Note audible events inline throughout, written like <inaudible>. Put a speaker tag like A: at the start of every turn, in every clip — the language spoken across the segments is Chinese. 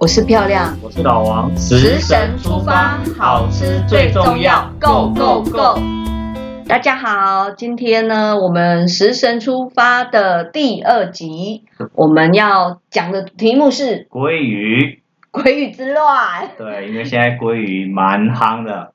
A: 我是漂亮，
B: 我是老王，
A: 食神厨房好吃最重要，Go Go Go！大家好，今天呢，我们食神出发的第二集，我们要讲的题目是 <laughs>
B: 鲑鱼，
A: 鬼语之乱。
B: 对，因为现在鲑鱼蛮夯的，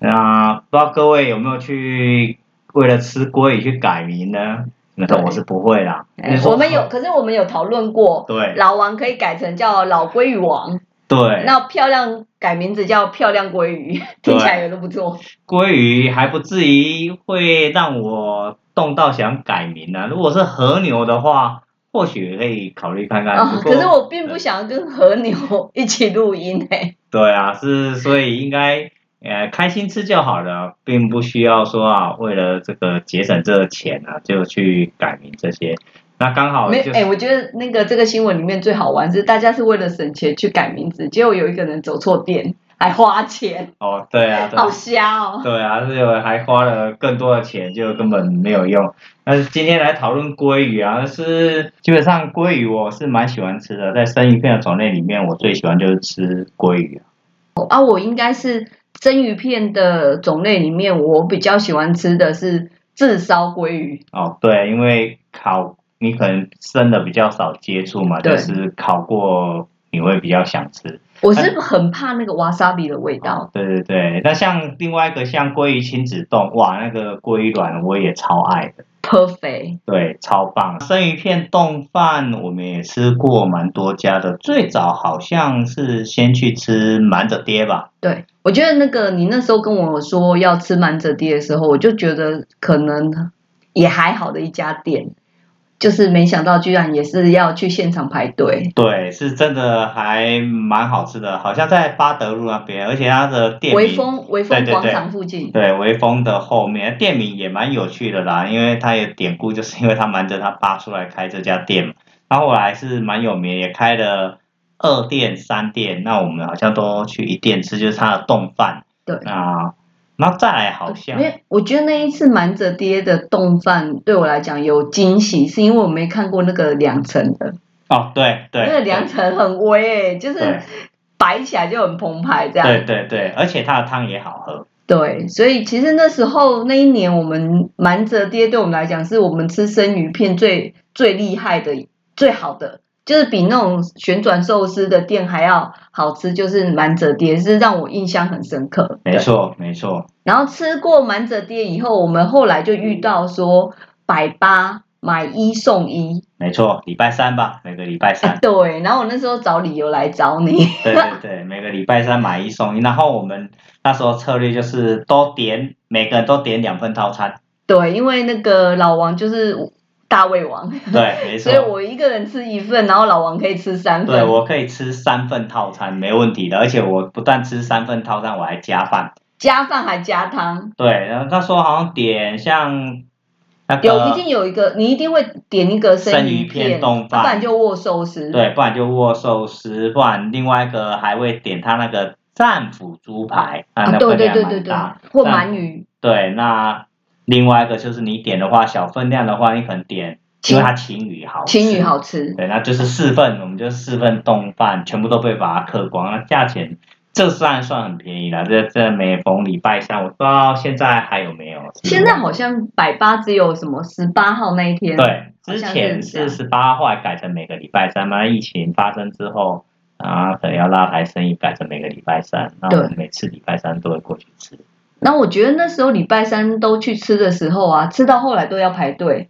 B: 那不知道各位有没有去为了吃鲑鱼去改名呢？那
A: 对
B: 我是不会啦。
A: 哎我们有，可是我们有讨论过，
B: 对
A: 老王可以改成叫老鲑鱼王，
B: 对，
A: 那漂亮改名字叫漂亮鲑鱼， <laughs> 听起来也都不错。
B: 鲑鱼还不至于会让我动到想改名呢、如果是和牛的话，或许可以考虑看看。
A: 啊、
B: 不过
A: 可是我并不想跟和牛一起录音哎、
B: 对啊，是所以应该呃开心吃就好了，并不需要说啊为了这个节省这个钱啊就去改名这些。那刚好
A: 没
B: 就是
A: 哎、我觉得那个这个新闻里面最好玩是，大家是为了省钱去改名字，结果有一个人走错店，还花钱，
B: 哦，对啊，对啊
A: 好瞎哦。
B: 对啊，这个还花了更多的钱，就根本没有用。但是今天来讨论鲑鱼啊，是基本上鲑鱼我是蛮喜欢吃的，在生鱼片的种类里面，我最喜欢就是吃鲑鱼啊。
A: 啊，我应该是生鱼片的种类里面，我比较喜欢吃的是炙烧鲑鱼。
B: 哦，对，因为烤你可能生的比较少接触嘛，
A: 对
B: 就是烤过你会比较想吃。
A: 我
B: 哎
A: 是很怕那个瓦萨比的味道，
B: 对对对，那像另外一个像鲑鱼亲子冻，哇，那个鲑鱼卵我也超爱的，
A: perfect。
B: 对，超棒。生鱼片冻饭我们也吃过蛮多家的，最早好像是先去吃瞒着爹吧，
A: 对，我觉得那个你那时候跟我说要吃满者爹的时候，我就觉得可能也还好的一家店，就是没想到居然也是要去现场排队。
B: 对，是真的还蛮好吃的，好像在巴德路那边，而且它的店
A: 微
B: 名。
A: 风微风
B: 对对
A: 广
B: 对
A: 场附近，
B: 对，微风的后面店名也蛮有趣的啦，因为他也典故，就是因为他瞒着他爸出来开这家店嘛，他后来是蛮有名，也开了二店、三店，那我们好像都去一店吃，就是他的冻饭。
A: 对哦
B: 啊，那再来好像
A: 因为我觉得那一次瞒着爹的冻饭对我来讲有惊喜，是因为我没看过那个两层的，
B: 哦，对对，
A: 那个两层很微诶、就是
B: 对
A: 摆起来就很澎湃这样。
B: 对对对，而且他的汤也好喝。
A: 对，所以其实那时候那一年，我们瞒着爹对我们来讲，是我们吃生鱼片最最厉害的、最好的，就是比那种旋转寿司的店还要好吃。就是瞒着爹是让我印象很深刻。
B: 没错没错，
A: 然后吃过满者爹以后，我们后来就遇到说百八买一送一， <laughs>
B: 没错，礼拜三吧，每个礼拜三。
A: 对。然后我那时候找理由来找你， <laughs>
B: 对对对，每个礼拜三买一送一。然后我们那时候策略就是都点，每个人都点两份套餐。
A: 对，因为那个老王就是大胃王， <laughs>
B: 对，没
A: 所以
B: 错。
A: 我一个人吃一份，然后老王可以吃三
B: 对，
A: 份。
B: 我可以吃三份套餐，没问题的。而且我不但吃三份套餐，我还加饭。
A: 加饭还加汤，
B: 对，然后他说好像点像那个
A: 有、一定有一个，你一定会点一个
B: 生
A: 鱼
B: 呃鱼片冻
A: 要
B: 饭
A: 不然就握寿司。
B: 对，不然就握寿司，不然另外一个还会点他那个战斧猪排，啊，
A: 啊，
B: 那
A: 对
B: 分
A: 对
B: 量
A: 对对
B: 蛮
A: 对
B: 大。，
A: 或
B: 但
A: 鳗鱼，
B: 对，那另外一个就是你点的话，小分量的话，你可能点，因为它青鱼好，
A: 青鱼。好吃。
B: 对，那就是四份，我们就四份冻饭，全部都被把它嗑光，那价钱这算算很便宜了。这这每逢礼拜三，我不知道现在还有没有。是
A: 现在好像百八只有什么十八号那一天，
B: 对，
A: 好
B: 之
A: 像
B: 前
A: 是这样啊
B: 是十八，后来改成每个礼拜三嘛。疫情发生之后，啊，可能要拉抬生意，改成每个礼拜三。那我们每次礼拜三都会过去吃。
A: 然后我觉得那时候礼拜三都去吃的时候啊，吃到后来都要排队。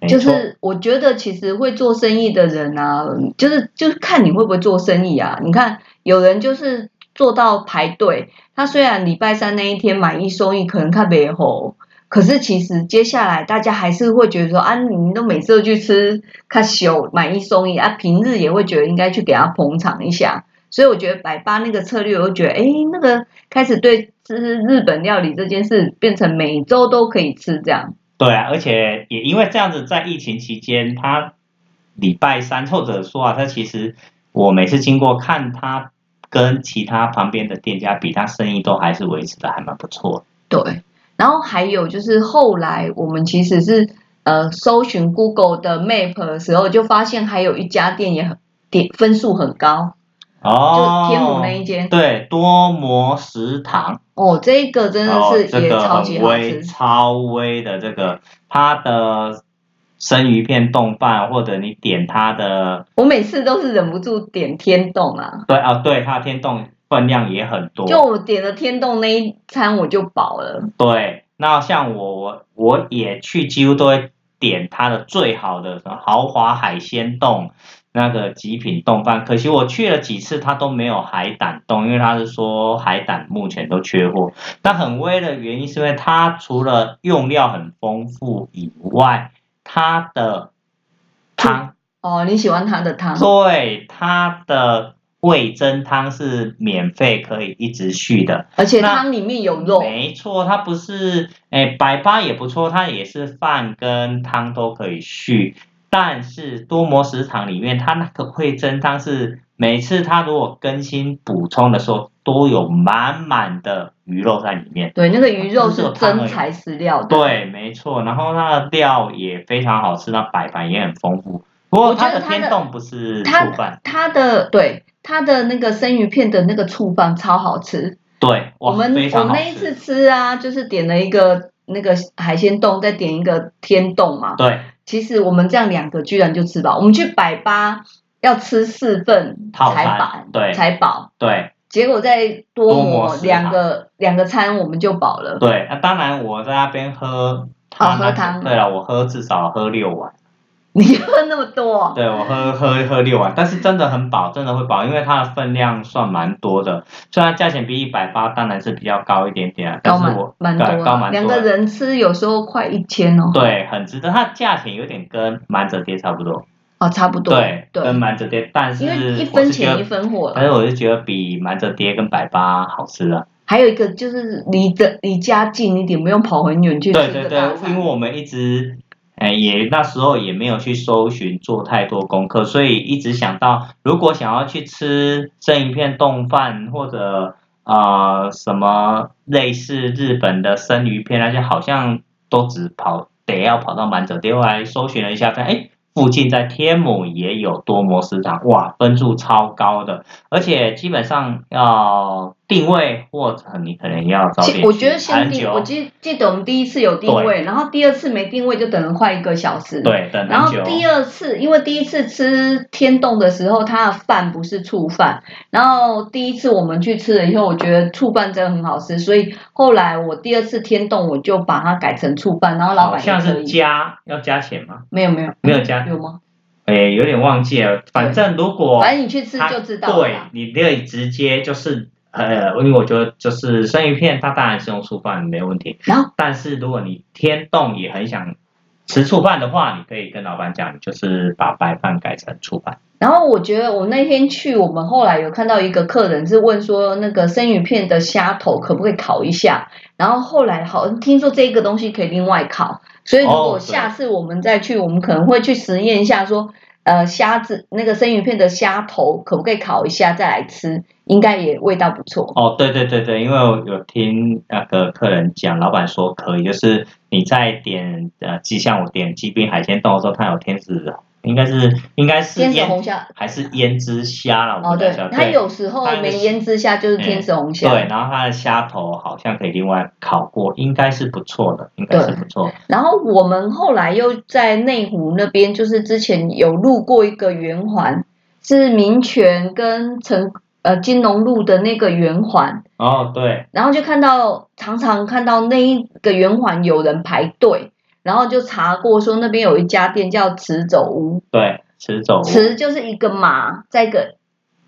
B: 没
A: 就
B: 错
A: 是我觉得其实会做生意的人啊，就是就是看你会不会做生意啊。你看有人就是做到排队，他虽然礼拜三那一天买一送一，可能看北猴，可是其实接下来大家还是会觉得说啊，你们都每次都去吃看秀买一送一啊，平日也会觉得应该去给他捧场一下。所以我觉得百八那个策略，我就觉得哎，诶那个开始对吃日本料理这件事变成每周都可以吃这样。
B: 对啊，而且也因为这样子，在疫情期间，他礼拜三或者说啊，他其实我每次经过看他跟其他旁边的店家比，他生意都还是维持的还蛮不错的。
A: 对，然后还有就是后来我们其实是呃搜寻 Google 的 Map 的时候，就发现还有一家店也很点分数很高，
B: 哦，
A: 就天母那一间。
B: 对多摩食堂，
A: 哦，这一个真的
B: 哦，
A: 是
B: 这
A: 也
B: 个
A: 超级
B: 很
A: 好
B: 微
A: 吃。
B: 超微的这个它的生鱼片冻饭，或者你点它的
A: 我每次都是忍不住点天洞啊，
B: 对啊，对它的天冻分量也很多，
A: 就我点了天洞那一餐我就饱了。
B: 对，那像我我我也去，几乎都会点它的最好的什么豪华海鲜冻，那个极品冻饭。可惜我去了几次，它都没有海胆冻，因为它是说海胆目前都缺货。但很微的原因是因为它除了用料很丰富以外，它的汤，
A: 哦，你喜欢它的汤？
B: 哦对它的味增汤是免费可以一直续的。
A: 而且
B: 那
A: 汤里面有肉，
B: 没错，它不是哎百八也不错，它也是饭跟汤都可以续。但是多摩食堂里面，它那个味增汤是每次它如果更新补充的时候，都有满满的鱼肉在里面。
A: 对，那个鱼肉是
B: 就是有汤而
A: 真
B: 已
A: 材实料的。，
B: 对，没错，然后它的料也非常好吃，那摆盘也很丰富。不
A: 我
B: 过
A: 觉得
B: 它的
A: 它的
B: 天冻不是
A: 它
B: 醋饭，
A: 它的对它的那个生鱼片的那个醋饭超好吃。
B: 对，
A: 我
B: 哇，
A: 们
B: 非
A: 我
B: 常
A: 们
B: 好
A: 那一
B: 吃
A: 次。吃啊，就是点了一个那个海鲜冻，再点一个天冻嘛。
B: 对，
A: 其实我们这样两个居然就吃饱，我们去百八要吃四份
B: 套餐
A: 才饱，
B: 对
A: 才饱。
B: 对，
A: 结果再多
B: 多磨
A: 磨
B: 食
A: 两
B: 堂
A: 个两个餐，我们就饱了。
B: 对，那、当然我在那边喝
A: 哦
B: 汤、
A: 喝
B: 那个
A: 汤
B: 对了，我喝至少喝六碗，
A: 你喝那么多，
B: 对我喝喝喝六碗，但是真的很饱，真的会饱，因为它的分量算蛮多的，虽然价钱比一百八当然是比较高一点点啊，但
A: 高
B: 是
A: 蛮
B: 我
A: 蛮
B: 对
A: 多
B: 高
A: 的，
B: 蛮
A: 两
B: 多
A: 个
B: 的。
A: 人吃有时候快一千哦。
B: 对，很值得。它的价钱有点跟满折叠差不多，
A: 哦，差不多。
B: 对，跟满折叠，但是
A: 因为一
B: 我
A: 分
B: 是哎觉
A: 钱一
B: 得，
A: 分货
B: 但
A: 啦。
B: 是我是觉得比满折叠跟百八好吃啊。
A: 还有一个就是离的离家近一点，不用跑很远去吃
B: 对
A: 一
B: 对
A: 个
B: 对
A: 大，
B: 因为
A: 餐。
B: 我们一直，哎，也那时候也没有去搜寻做太多功课，所以一直想到，如果想要去吃生鱼片冻饭或者呃什么类似日本的生鱼片那些，好像都只跑得要跑到满者店。后来搜寻了一下，发现哎。附近在天母也有多摩市场，哇，分数超高的，而且基本上要定位或者你可能要早点
A: 其
B: 去，
A: 我觉得
B: 很
A: 先定，
B: 久
A: 我记记得我们第一次有定位，然后第二次没定位就等了快一个小时。。
B: 对，等
A: 然
B: 很
A: 后
B: 久。哦
A: 第二次，因为第一次吃天冻的时候，它的饭不是醋饭，然后第一次我们去吃了以后，我觉得醋饭真的很好吃，所以后来我第二次天冻我就把它改成醋饭，然后老
B: 好
A: 板
B: 像
A: 也可
B: 是
A: 以。嗯
B: 加要加钱吗？
A: 没有没有
B: 没有加
A: 有吗？
B: 诶，有点忘记了。反正如果
A: 反正你去吃
B: 它
A: 就知道了
B: 对
A: 啦。
B: 你可以直接就是呃，因为我觉得就是生鱼片，它当然是用醋饭没问题。
A: 然后
B: 但是如果你天冻也很想吃醋饭的话，你可以跟老板讲，就是把白饭改成醋饭。
A: 然后我觉得我那天去，我们后来有看到一个客人是问说，那个生鱼片的虾头可不可以烤一下？然后后来好像听说这个东西可以另外烤，所以如
B: 哦
A: 果
B: 对
A: 下次我们再去，我们可能会去实验一下说，呃，虾子那个生鱼片的虾头可不可以烤一下再来吃，应该也味道不错。
B: 哦，对对对对，因为我有听那个客人讲，老板说可以，就是你在点呃，鸡像我点鸡冰海鲜冻的时候，它有天使，应该是应该是
A: 天使
B: 腌
A: 红虾，
B: 还是胭脂虾啦，我
A: 哦
B: 不太
A: 对
B: 晓得，
A: 它有时候
B: 它那个
A: 没腌制下就是天使红
B: 对，
A: 虾。
B: 然后它的虾头好像可以另外烤过，应该是不错的，应该是不错。
A: 然后我们后来又在内湖那边，就是之前有路过一个圆环，是民权跟成呃金融路的那个圆环，
B: 哦，对，
A: 然后就看到常常看到那一个圆环有人排队，然后就查过说那边有一家店叫池走屋，
B: 对，吃走屋，
A: 池就是一个马，再一个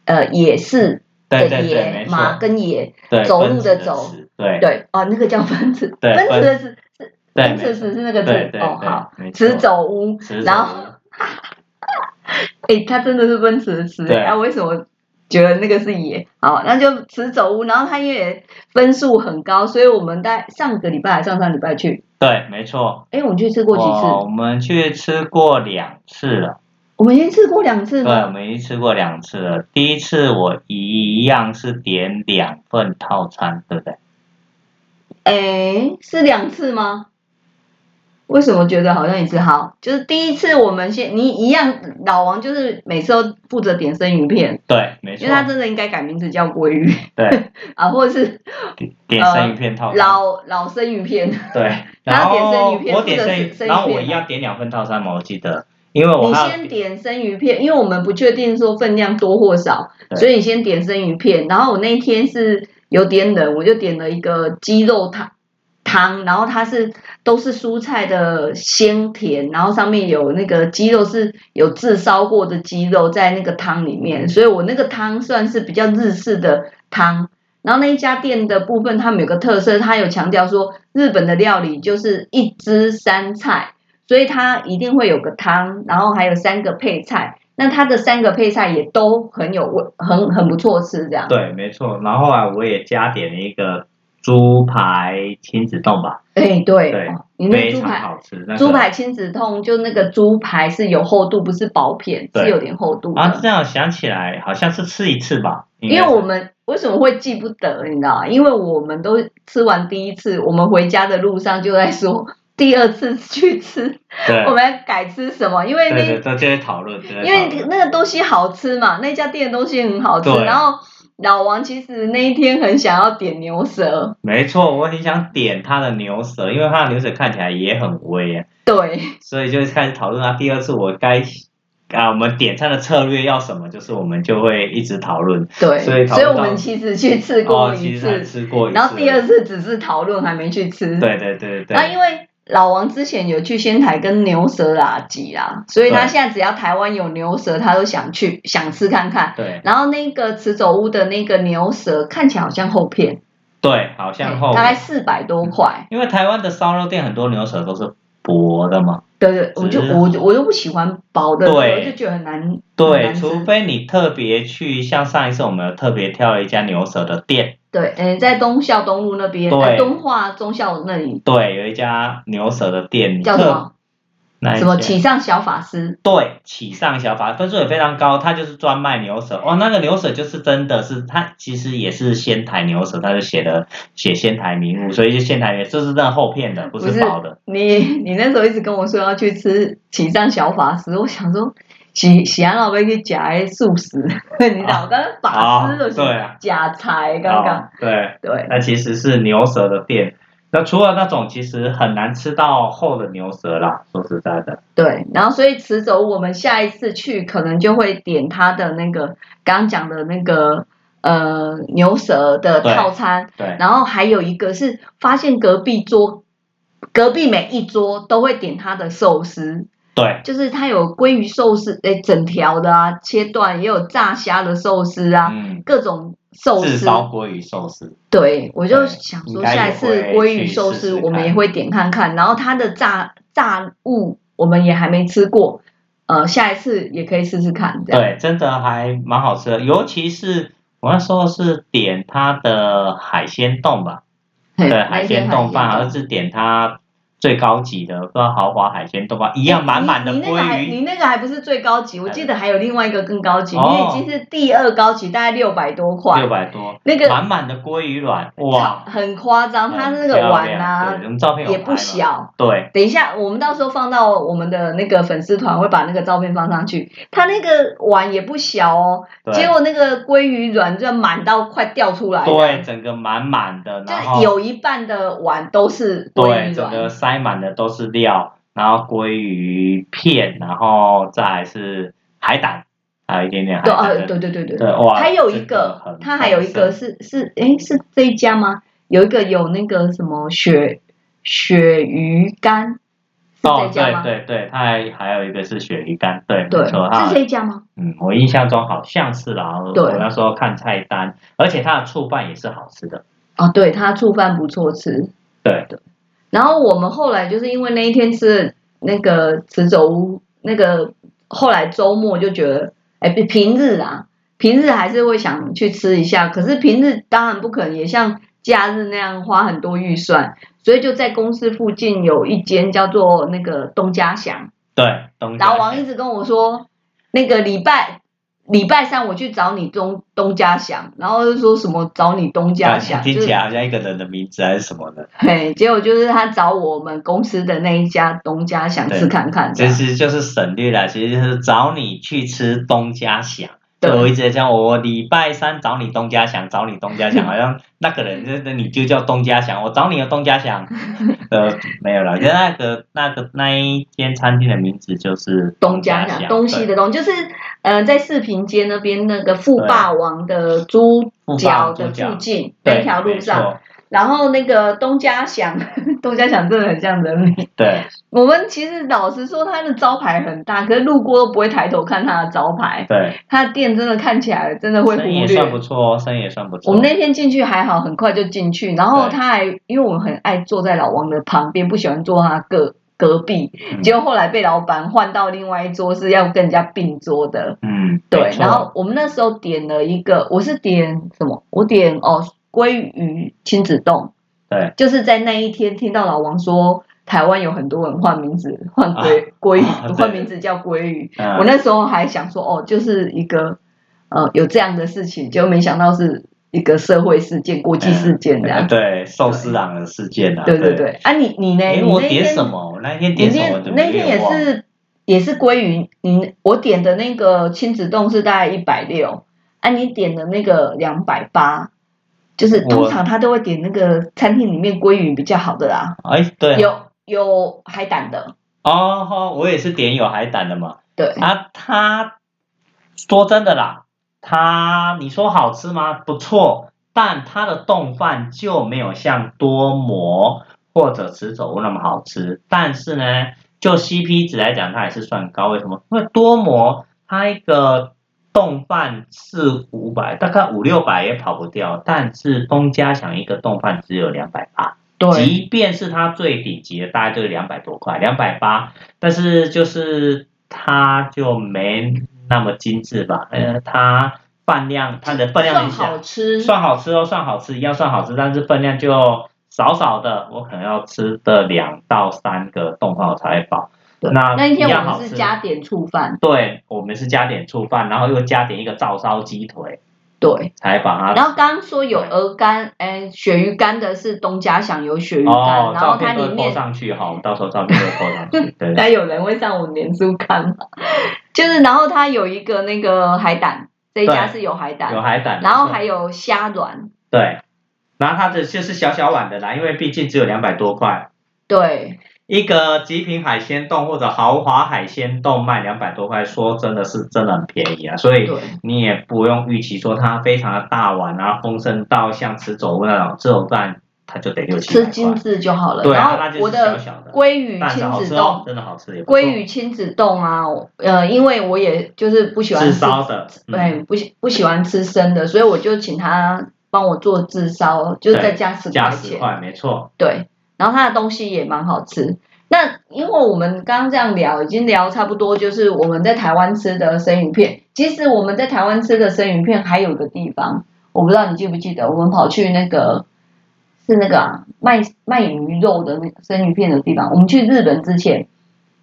A: 呃也是
B: 对
A: 的
B: 对对，
A: 也
B: 没，
A: 马
B: 错，
A: 跟野，
B: 对，
A: 走路
B: 奔驰
A: 的
B: 的
A: 走
B: 驰，对
A: 对哦那个叫分子，
B: 对
A: 分子
B: 分
A: 的子，
B: 对
A: 分
B: 没
A: 子
B: 错
A: 子是那个字
B: 对对
A: 哦
B: 对
A: 好，
B: 没错
A: 池走屋，
B: 吃
A: 然
B: 走
A: 后哎、它真的是奔驰的驰，
B: 对
A: 啊，为什么觉得那个是野？好，那就驰走屋，然后它因为分数很高，所以我们在上个礼拜还上上礼拜去，
B: 对，没错。
A: 哎、我们去吃过几次？
B: 我们去吃过两次了。
A: 我们已经吃过两次
B: 对，我
A: 吗？
B: 们已经吃过两次了。第一次我一样是点两份套餐，对不对？
A: 哎、是两次吗？为什么觉得好像也是好？就是第一次我们先，你一样，老王就是每次都负责点生鱼片，
B: 对，没
A: 因
B: 错
A: 为，他真的应该改名字叫鲑鱼 <laughs>
B: 对，
A: 啊，或者是
B: 点生鱼片套餐，
A: 呃老老生鱼片。
B: 对，
A: <laughs> 然
B: 然
A: 后点生
B: 后
A: 鱼片
B: 我点
A: 负责
B: 生
A: 生
B: 鱼
A: 鱼，片
B: 然后我一样点两份套餐嘛，我记得，因为我
A: 你
B: 还有
A: 先点生鱼片，因为我们不确定说分量多或少，
B: 对
A: 所以你先点生鱼片。然后我那一天是有点冷，我就点了一个鸡肉汤汤，然后它是都是蔬菜的鲜甜，然后上面有那个鸡肉是有炙烧过的鸡肉在那个汤里面，所以我那个汤算是比较日式的汤。然后那一家店的部分，他们有个特色，他有强调说日本的料理就是一汁三菜。所以它一定会有个汤，然后还有三个配菜。那它的三个配菜也都很有味，很很不错吃这样。
B: 对，没错，然后后来我也加点了一个猪排亲子冻吧，
A: 哎，对，
B: 对
A: 哦你那
B: 非
A: 个猪
B: 常
A: 排，
B: 好吃，那个
A: 猪排亲子痛，就那个猪排是有厚度，不是薄片，
B: 对
A: 是有点厚度
B: 啊，
A: 的。
B: 这样想起来好像是吃一次吧，应该
A: 因
B: 是
A: 为我们为什么会记不得，你知道吗？因为我们都吃完第一次，我们回家的路上就在说第二次去吃，
B: 对
A: 我们要改吃什么，因为那
B: 对对对，这些讨论，这些
A: 因为
B: 讨论
A: 那个东西好吃嘛，那家店的东西很好吃。
B: 对
A: 然后老王其实那一天很想要点牛舌，
B: 没错，我很想点他的牛舌，因为他的牛舌看起来也很威啊，
A: 对
B: 所以就开始讨论他第二次我该啊，我们点餐的策略要什么，就是我们就会一直讨论。
A: 对，
B: 所以讨论到
A: 我们其实去吃过
B: 哦，
A: 一
B: 其实
A: 次，
B: 还吃过一次，
A: 然后第二次只是讨论，还没去吃。
B: 对对对
A: 那
B: 对
A: 因为老王之前有去仙台跟牛舌啦集啦，所以他
B: 对
A: 现在只要台湾有牛舌，他都想去想吃看看。
B: 对
A: 然后那个池走屋的那个牛舌看起来好像厚片，
B: 对，好像后
A: 大概四百多块。
B: 因为台湾的烧肉店很多牛舌都是薄的嘛，
A: 对对，我就
B: 只是
A: 我就我就不喜欢薄的，
B: 对
A: 我就觉得很难。很
B: 对，
A: 难吃
B: 除非你特别去，像上一次我们有特别挑了一家牛舌的店，
A: 对，诶，在东校东路那边，
B: 对
A: 在东化中校那里
B: 对，有一家牛舌的店，你
A: 叫什么？
B: 特？
A: 什么
B: 起？
A: 启上小法师？
B: 对，起上小法分数也非常高，他就是专卖牛舌哦。那个牛舌就是真的是，他其实也是仙台牛舌，他就写的写仙台名物，所以就仙台名，这是真的厚片的，不
A: 不
B: 是
A: 是
B: 薄的。
A: 你你那时候一直跟我说要去吃启上小法师，我想说喜喜安老被去假的素食， <laughs> 你老跟法师就
B: 哦对
A: 是
B: 啊
A: 假财刚刚、
B: 哦对，
A: 对
B: 那其实是牛舌的店。那除了那种，其实很难吃到厚的牛舌啦。说实在的，
A: 对，然后所以池走我们下一次去可能就会点他的那个刚刚讲的那个呃牛舌的
B: 对
A: 套餐，
B: 对
A: 然后还有一个是发现隔壁桌，隔壁每一桌都会点他的寿司，
B: 对
A: 就是他有鲑鱼寿司，诶，整条的啊，切断，也有炸虾的寿司啊，
B: 嗯，
A: 各种寿
B: 炙
A: 司。
B: 烧鲑鱼寿司，
A: 对，我就
B: 对
A: 想
B: 应
A: 说
B: 该
A: 下一
B: 也
A: 次
B: 会
A: 鲑
B: 去
A: 鱼寿
B: 试
A: 司
B: 试
A: 我们也
B: 看
A: 会点看看，然后它的炸炸物我们也还没吃过，呃，下一次也可以试试看，这样。
B: 对，真的还蛮好吃的，尤其是我那时候是点它的海鲜冻吧。
A: 对
B: 对，海鲜冻饭，啊而
A: 好
B: 是点它最高级的，不知道豪华海鲜冻饭，一样满满的
A: 你你那个还
B: 鲑
A: 你
B: 鱼。
A: 那个还不是最高级，我记得还有另外一个更高级，
B: 哦
A: 那已经是第二高级，大概六百多块
B: 六，百多，
A: 那个
B: 满满的鲑鱼卵，哇！
A: 很夸张，它那
B: 很
A: 个
B: 漂
A: 碗
B: 亮
A: 啊
B: 对我们照片有
A: 也
B: 拍
A: 不
B: 嘛，
A: 小。
B: 对
A: 等一下，我们到时候放到我们的那个粉丝团，会把那个照片放上去。它那个碗也不小哦，
B: 对
A: 结果那个鲑鱼卵就满到快掉出来了，
B: 对，整个满满的，然
A: 就
B: 后
A: 有一半的碗都是鲑
B: 对，
A: 鱼
B: 整个
A: 卵，
B: 塞满的都是料，然后鲑鱼片，然后再来是海胆，还有一点点海
A: 对，
B: 胆
A: 呃，
B: 的，
A: 对对对对，
B: 对，哇！
A: 还有一
B: 真的
A: 个
B: 很，
A: 它还有一个
B: 丰
A: 是是诶，是这一家吗？有一个有那个什么鳕鳕鱼干，是
B: 盛
A: 这
B: 哦，
A: 家
B: 对
A: 吗？
B: 对对，它还还有一个是鳕鱼干，对，没
A: 对，
B: 错，它
A: 是这一家吗？
B: 嗯，我印象中好像是啦，我
A: 对
B: 我那时候看菜单，而且它的醋饭也是好吃的。
A: 哦，对，它醋饭不错吃。
B: 对
A: 然后我们后来就是因为那一天吃了那个池走屋，那个后来周末就觉得，哎，平平日啊，平日还是会想去吃一下，可是平日当然不可能也像假日那样花很多预算，所以就在公司附近有一间叫做那个东家祥，
B: 对，东家
A: 老王一直跟我说，那个礼拜礼拜三我去找你东东家祥，然后就说什么找你东家祥，
B: 听
A: 就
B: 起
A: 是
B: 来好像一个人的名字还是什么的， <laughs>
A: 嘿，结果就是他找我们公司的那一家东家祥
B: 对
A: 吃看看，这
B: 其
A: 样
B: 实就是省略了，其实就是找你去吃东家祥。对，我
A: 对
B: 一直在讲，我礼拜三找你东家祥，找你东
A: <laughs>
B: 家祥，好像那个人就是你就叫东家祥，我找你的东
A: <laughs>
B: 家祥，呃，没有了，就那个那个那一间餐厅的名字就是
A: 东
B: 家
A: 家
B: 祥，
A: 祥东西的东，就是呃在四平街那边那个富霸王的猪
B: 对富霸
A: 脚
B: 王猪
A: 的
B: 脚
A: 附近
B: 对
A: 那条路，
B: 没
A: 上，
B: 错
A: 然后那个东家祥， <laughs> 东家祥真的很像人名。
B: 对，
A: 我们其实老实说，它的招牌很大，可是路过都不会抬头看它的招牌。
B: 对，
A: 它的店真的看起来真的会忽
B: 生意也算不
A: 略。
B: 错哦，生意也算不错。
A: 我们那天进去还好，很快就进去，然后
B: 对
A: 他还因为我们很爱坐在老王的旁边，不喜欢坐他隔隔壁，
B: 嗯
A: 结果后来被老板换到另外一桌是要跟人家并桌的。
B: 嗯，没
A: 对，
B: 错
A: 然后我们那时候点了一个，我是点什么？我点哦鲑鱼亲子冻，
B: 对，
A: 就是在那一天听到老王说台湾有很多人换名字换鲑、
B: <laughs>
A: 鲑
B: 啊
A: 鱼，
B: 对
A: 换名字叫鲑鱼。
B: 嗯
A: 我那时候还想说哦，就是一个呃有这样的事情，结果没想到是一个社会事件、国际事件这样。
B: 嗯对寿司郎的事件啊，
A: 对对
B: 哎对。
A: 对，啊你你呢？
B: 哎，
A: 你
B: 我
A: 那
B: 点
A: 天
B: 什？么？我那天
A: 你
B: 点
A: 那
B: 什么？我
A: 天
B: 怎么
A: 那天
B: 有点
A: 也
B: 忘了
A: 是也是鲑鱼，你我点的那个亲子冻是大概一百六，啊你点的那个两百八。就是通
B: 我
A: 常他都会点那个餐厅里面鲑鱼比较好的啦，
B: 哎，对，
A: 有有海胆的，
B: 哦，吼我也是点有海胆的嘛。
A: 对，
B: 啊，它说真的啦，它你说好吃吗？不错，但它的冻饭就没有像多摩或者池走那么好吃。但是呢，就 CP 值来讲，它还是算高。为什么？因为多摩它一个冻饭四五百，大概五六百也跑不掉，但是东家祥一个冻饭只有两百八。
A: 对，
B: 即便是它最顶级的，大概就是两百多块，两百八，但是就是它就没那么精致吧，呃，它饭量，它的分量
A: 算
B: 也小
A: 好，吃，
B: 算好吃哦，算好吃，一样算好吃，但是分量就少少的，我可能要吃的两到三个冻饭我才会饱。
A: 对
B: 那
A: 那一天
B: 一
A: 我
B: 样好
A: 们
B: 吃
A: 是加点醋饭，
B: 对，我们是加点醋饭，然后又加点一个照烧鸡腿，
A: 对。
B: 才把它
A: 然后刚刚说有鹅肝，哎，鳕鱼干的是东家祥有鳕鱼干，
B: 哦，
A: 然
B: 照
A: 后它
B: 片都
A: 里
B: 会 po
A: 面，
B: 上去哈，我们到时候照片都会 po 上
A: <laughs>
B: 去，对。
A: 那有人会上我们脸书看吗？ <laughs> 就是然后它有一个那个海胆，这一家
B: 对
A: 是有海
B: 有
A: 胆，
B: 海胆，
A: 然后
B: 没错
A: 还有虾卵，
B: 对，然后它的就是小小碗的啦，因为毕竟只有两百多块，
A: 对，
B: 一个极品海鲜冻或者豪华海鲜冻卖两百多块，说真的是真的很便宜啊，所以
A: 对
B: 你也不用预期说它非常的大碗啊，丰盛到像吃走屋那种这种饭，它就得六七
A: 吃
B: 百
A: 精
B: 块。
A: 致就好了。
B: 对
A: 然
B: 啊，
A: 后
B: 那就
A: 我
B: 是小
A: 的
B: 小的，
A: 鲑鱼
B: 但是
A: 亲
B: 好
A: 子
B: 吃哦
A: 冻，，
B: 真的好吃，也不错
A: 鲑鱼亲子冻啊，呃，因为我也就是不喜欢
B: 是
A: 吃
B: 烧的，嗯，
A: 对，不喜不喜欢吃生的，所以我就请他帮我做炙烧，就是再加十
B: 加
A: 块
B: 十
A: 钱。
B: 块，没错，
A: 对，然后他的东西也蛮好吃。那因为我们刚刚这样聊，已经聊差不多，就是我们在台湾吃的生鱼片。其实我们在台湾吃的生鱼片还有一个地方，我不知道你记不记得，我们跑去那个是那个、啊、卖卖鱼肉的那个生鱼片的地方。我们去日本之前，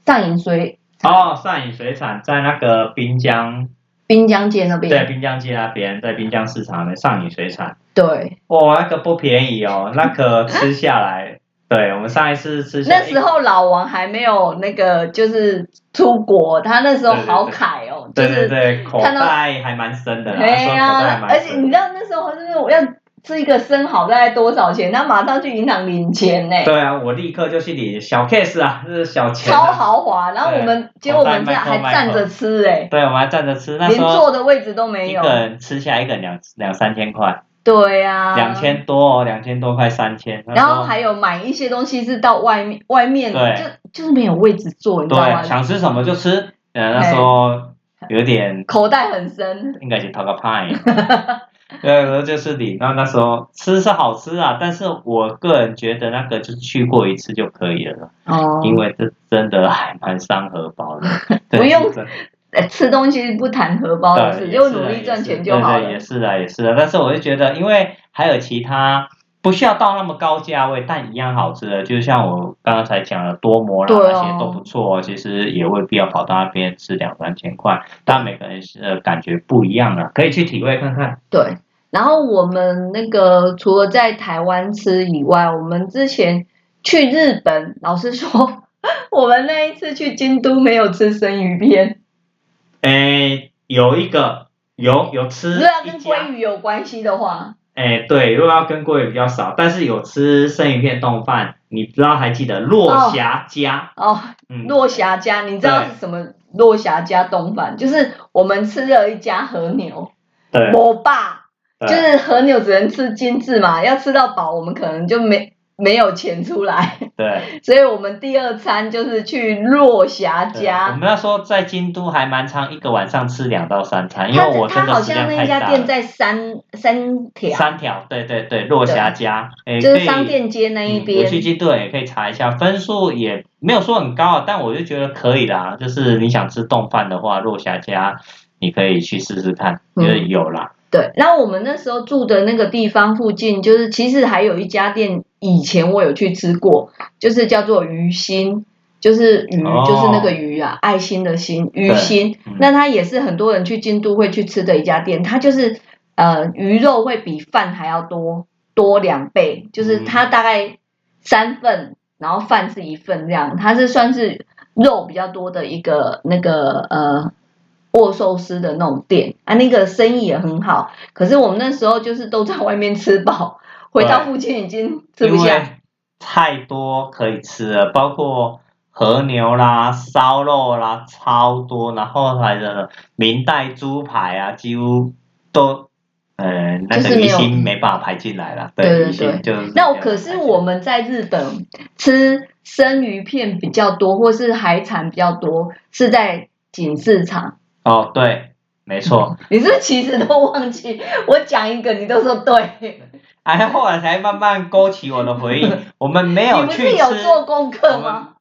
A: 上银水
B: 哦，上影水产在那个滨江，
A: 滨江街那
B: 对，
A: 边，
B: 滨江街那边，在滨江市场的上影水产。
A: 对，
B: 哇、那个不便宜
A: <laughs>
B: 哦，那可吃下来，对我们上一次吃下
A: 那时候老王还没有那个，就是出国，他那时候好凯哦，
B: 对对
A: 就是
B: 对，口
A: 看到
B: 袋还蛮深 <laughs> 的啦，
A: 哎
B: 说口袋还
A: 呀，
B: 蛮
A: 而且你知
B: 深的。
A: 道那时候就是我要吃一个生蚝大概多少钱，他马上去银行领钱呢、
B: 对啊，我立刻就去领小 case 啊，这是小钱、
A: 超
B: 啊。
A: 豪华。然后我们结果我们这样还站着吃哎、
B: 对，我们还站着吃，那
A: 连
B: 时候
A: 坐的位置都没
B: 一
A: 有
B: 个。人吃下来一个人两两三千块，
A: 对呀、啊，
B: 两。千多哦，两千多块三千。那时
A: 然
B: 候
A: 后还有买一些东西是到外面，外面
B: 对
A: 就就是没有位置坐，你知道
B: 对，
A: 吗？
B: 想吃什么就吃。呃，那时
A: 哎
B: 候有点
A: 口袋很深，
B: 应该是淘个派。对，然后就是你，那那时候吃是好吃啊，但是我个人觉得那个就是去过一次就可以了，
A: 哦
B: 因为这真的还蛮伤荷
A: <laughs>
B: 包的。对
A: 不用哦
B: 是真的
A: 呃吃东西不谈荷包的
B: 对
A: 事，
B: 也是啊
A: 就努力赚钱就好
B: 也
A: 了。
B: 是对对也是啊，也是啊。但是我就觉得，因为还有其他不需要到那么高价位，但一样好吃的。就像我刚刚才讲的多摩啦，
A: 对
B: 那
A: 哦
B: 些都不错，其实也未必要跑到那边吃两三千块，但每个人是呃感觉不一样的，可以去体会看看。
A: 对，然后我们那个除了在台湾吃以外，我们之前去日本，老实说，我们那一次去京都没有吃生鱼片，
B: 哎，有一个有有吃
A: 如果要
B: 一
A: 跟
B: 家
A: 鲑，鱼有关系的话，
B: 哎，对，如果要跟鲑鱼比较少，但是有吃生鱼片冻饭，你不知道还记得落霞家，
A: 哦，
B: 嗯，
A: 落霞家，你知道
B: 对
A: 是什么落霞家冻饭？就是我们吃了一家和牛，
B: 对，
A: 我爸。
B: 对
A: 就是和牛只能吃精致嘛，要吃到饱，我们可能就没没有钱出来， <laughs>
B: 对。
A: 所以我们第二餐就是去落霞
B: 对我
A: 家。
B: 们那时候在京都还蛮长，一个晚上吃两到三餐，因
A: 他
B: 为我真
A: 他
B: 的
A: 好
B: 食量
A: 像那
B: 太
A: 一家
B: 大了
A: 店。在三三条，
B: 三条，对对对，落霞家，哎，
A: 就
B: 可
A: 是
B: 以
A: 商店街那一
B: 嗯有去
A: 边。
B: 京都也可以查一下，分数也没有说很高啊，但我就觉得可以啦。就是你想吃冻饭的话，落霞家你可以去试试看，
A: 嗯
B: 就是有啦。
A: 对，然后我们那时候住的那个地方附近，就是其实还有一家店，以前我有去吃过，就是叫做鱼心，就是鱼，
B: 哦
A: 就是那个鱼啊，爱心的心，鱼
B: 对
A: 心。
B: 嗯
A: 那它也是很多人去京都会去吃的一家店，它就是呃鱼肉会比饭还要多多两倍，就是
B: 嗯
A: 它大概三份，然后饭是一份这样，它是算是肉比较多的一个那个呃握寿司的那种店啊，那个生意也很好，可是我们那时候就是都在外面吃饱，回到
B: 对
A: 附近已经吃
B: 因
A: 不
B: 为
A: 下。
B: 太多可以吃了，包括和牛啦、烧肉啦，超多。然后还有明代猪排啊，几乎都呃那
A: 就是
B: 个
A: 没
B: 鱼
A: 有
B: 心没办法排进来了。
A: 对对
B: 鱼心就是
A: 那
B: 没
A: 我
B: 办法
A: 可
B: 排
A: 是
B: 进
A: 我们在日本吃生鱼片比较多，或是海产比较多，是在锦市场。
B: 哦，对，没错。
A: 你是不是其实都忘记？ <laughs> 我讲一个，你都说对。
B: 哎，后来才慢慢勾起我的回
A: <laughs>
B: 忆。我们没
A: 你
B: 有
A: 不
B: 去
A: 是有
B: 吃，
A: 做功课吗？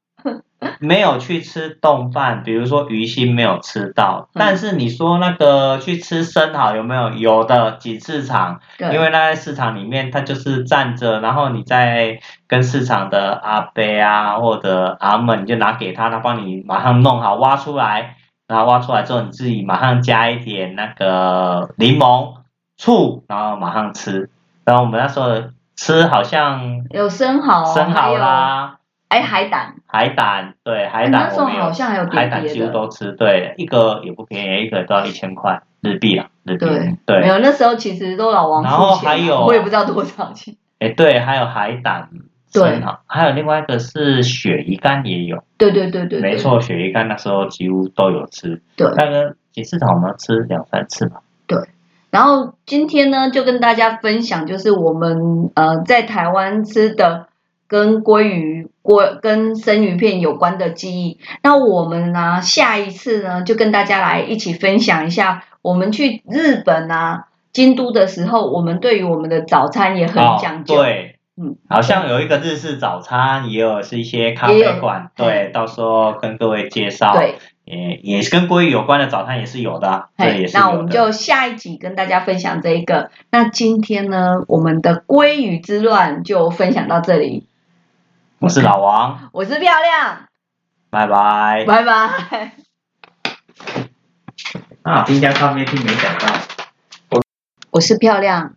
B: 没有去吃冻饭，比如说鱼心没有吃到。但是你说那个去吃生蚝有没有？有的，锦市场，
A: 对，
B: 因为那在市场里面，它就是站着，然后你再跟市场的阿伯啊或者阿们，你就拿给他，他帮你马上弄好，挖出来，然后挖出来之后，你自己马上加一点那个柠檬、醋，然后马上吃。然后我们那时候吃好像
A: 有生蚝，
B: 生蚝啦、
A: 还有，哎，海胆，
B: 海胆，对海
A: 那
B: 胆
A: 时
B: 我
A: 候
B: 们有
A: 好像还有
B: 海
A: 别
B: 胆几乎
A: 别的。
B: 都吃，对，一个也不便宜，一个都要一千块日币啊，日币，
A: 对
B: 对
A: 没有，那时候其实都老王
B: 然后
A: 付钱啊
B: 还有
A: 我也不知道多少钱。
B: 哎，对，还有海胆，
A: 对
B: 生蚝，还有另外一个是鳕鱼干也有，
A: 对对对对，对
B: 没，错，鳕鱼干那时候几乎都有吃。
A: 对。
B: 那个锦市场我们吃两三次吧。
A: 然后今天呢，就跟大家分享，就是我们呃在台湾吃的跟鲑鱼、鲑跟生鱼片有关的记忆。那我们呢、下一次呢，就跟大家来一起分享一下，我们去日本啊、京都的时候，我们对于我们的早餐也很
B: 哦
A: 讲，究。
B: 对，
A: 嗯，
B: 好像有一个日式早餐，也有是一些咖
A: 也有
B: 啡馆，对，到时候跟各位介绍，
A: 对
B: 也也是跟鲑鱼有关的早餐也是有的啊，对，也
A: 嘿
B: 是
A: 那我
B: 有
A: 们
B: 的。
A: 就下一集跟大家分享这一个。那今天呢，我们的鲑鱼之乱就分享到这里。
B: 我是老王，
A: 我是漂亮，
B: 拜拜。
A: 拜拜。 <laughs>
B: 啊，冰箱咖啡厅没讲到。
A: 我是漂亮。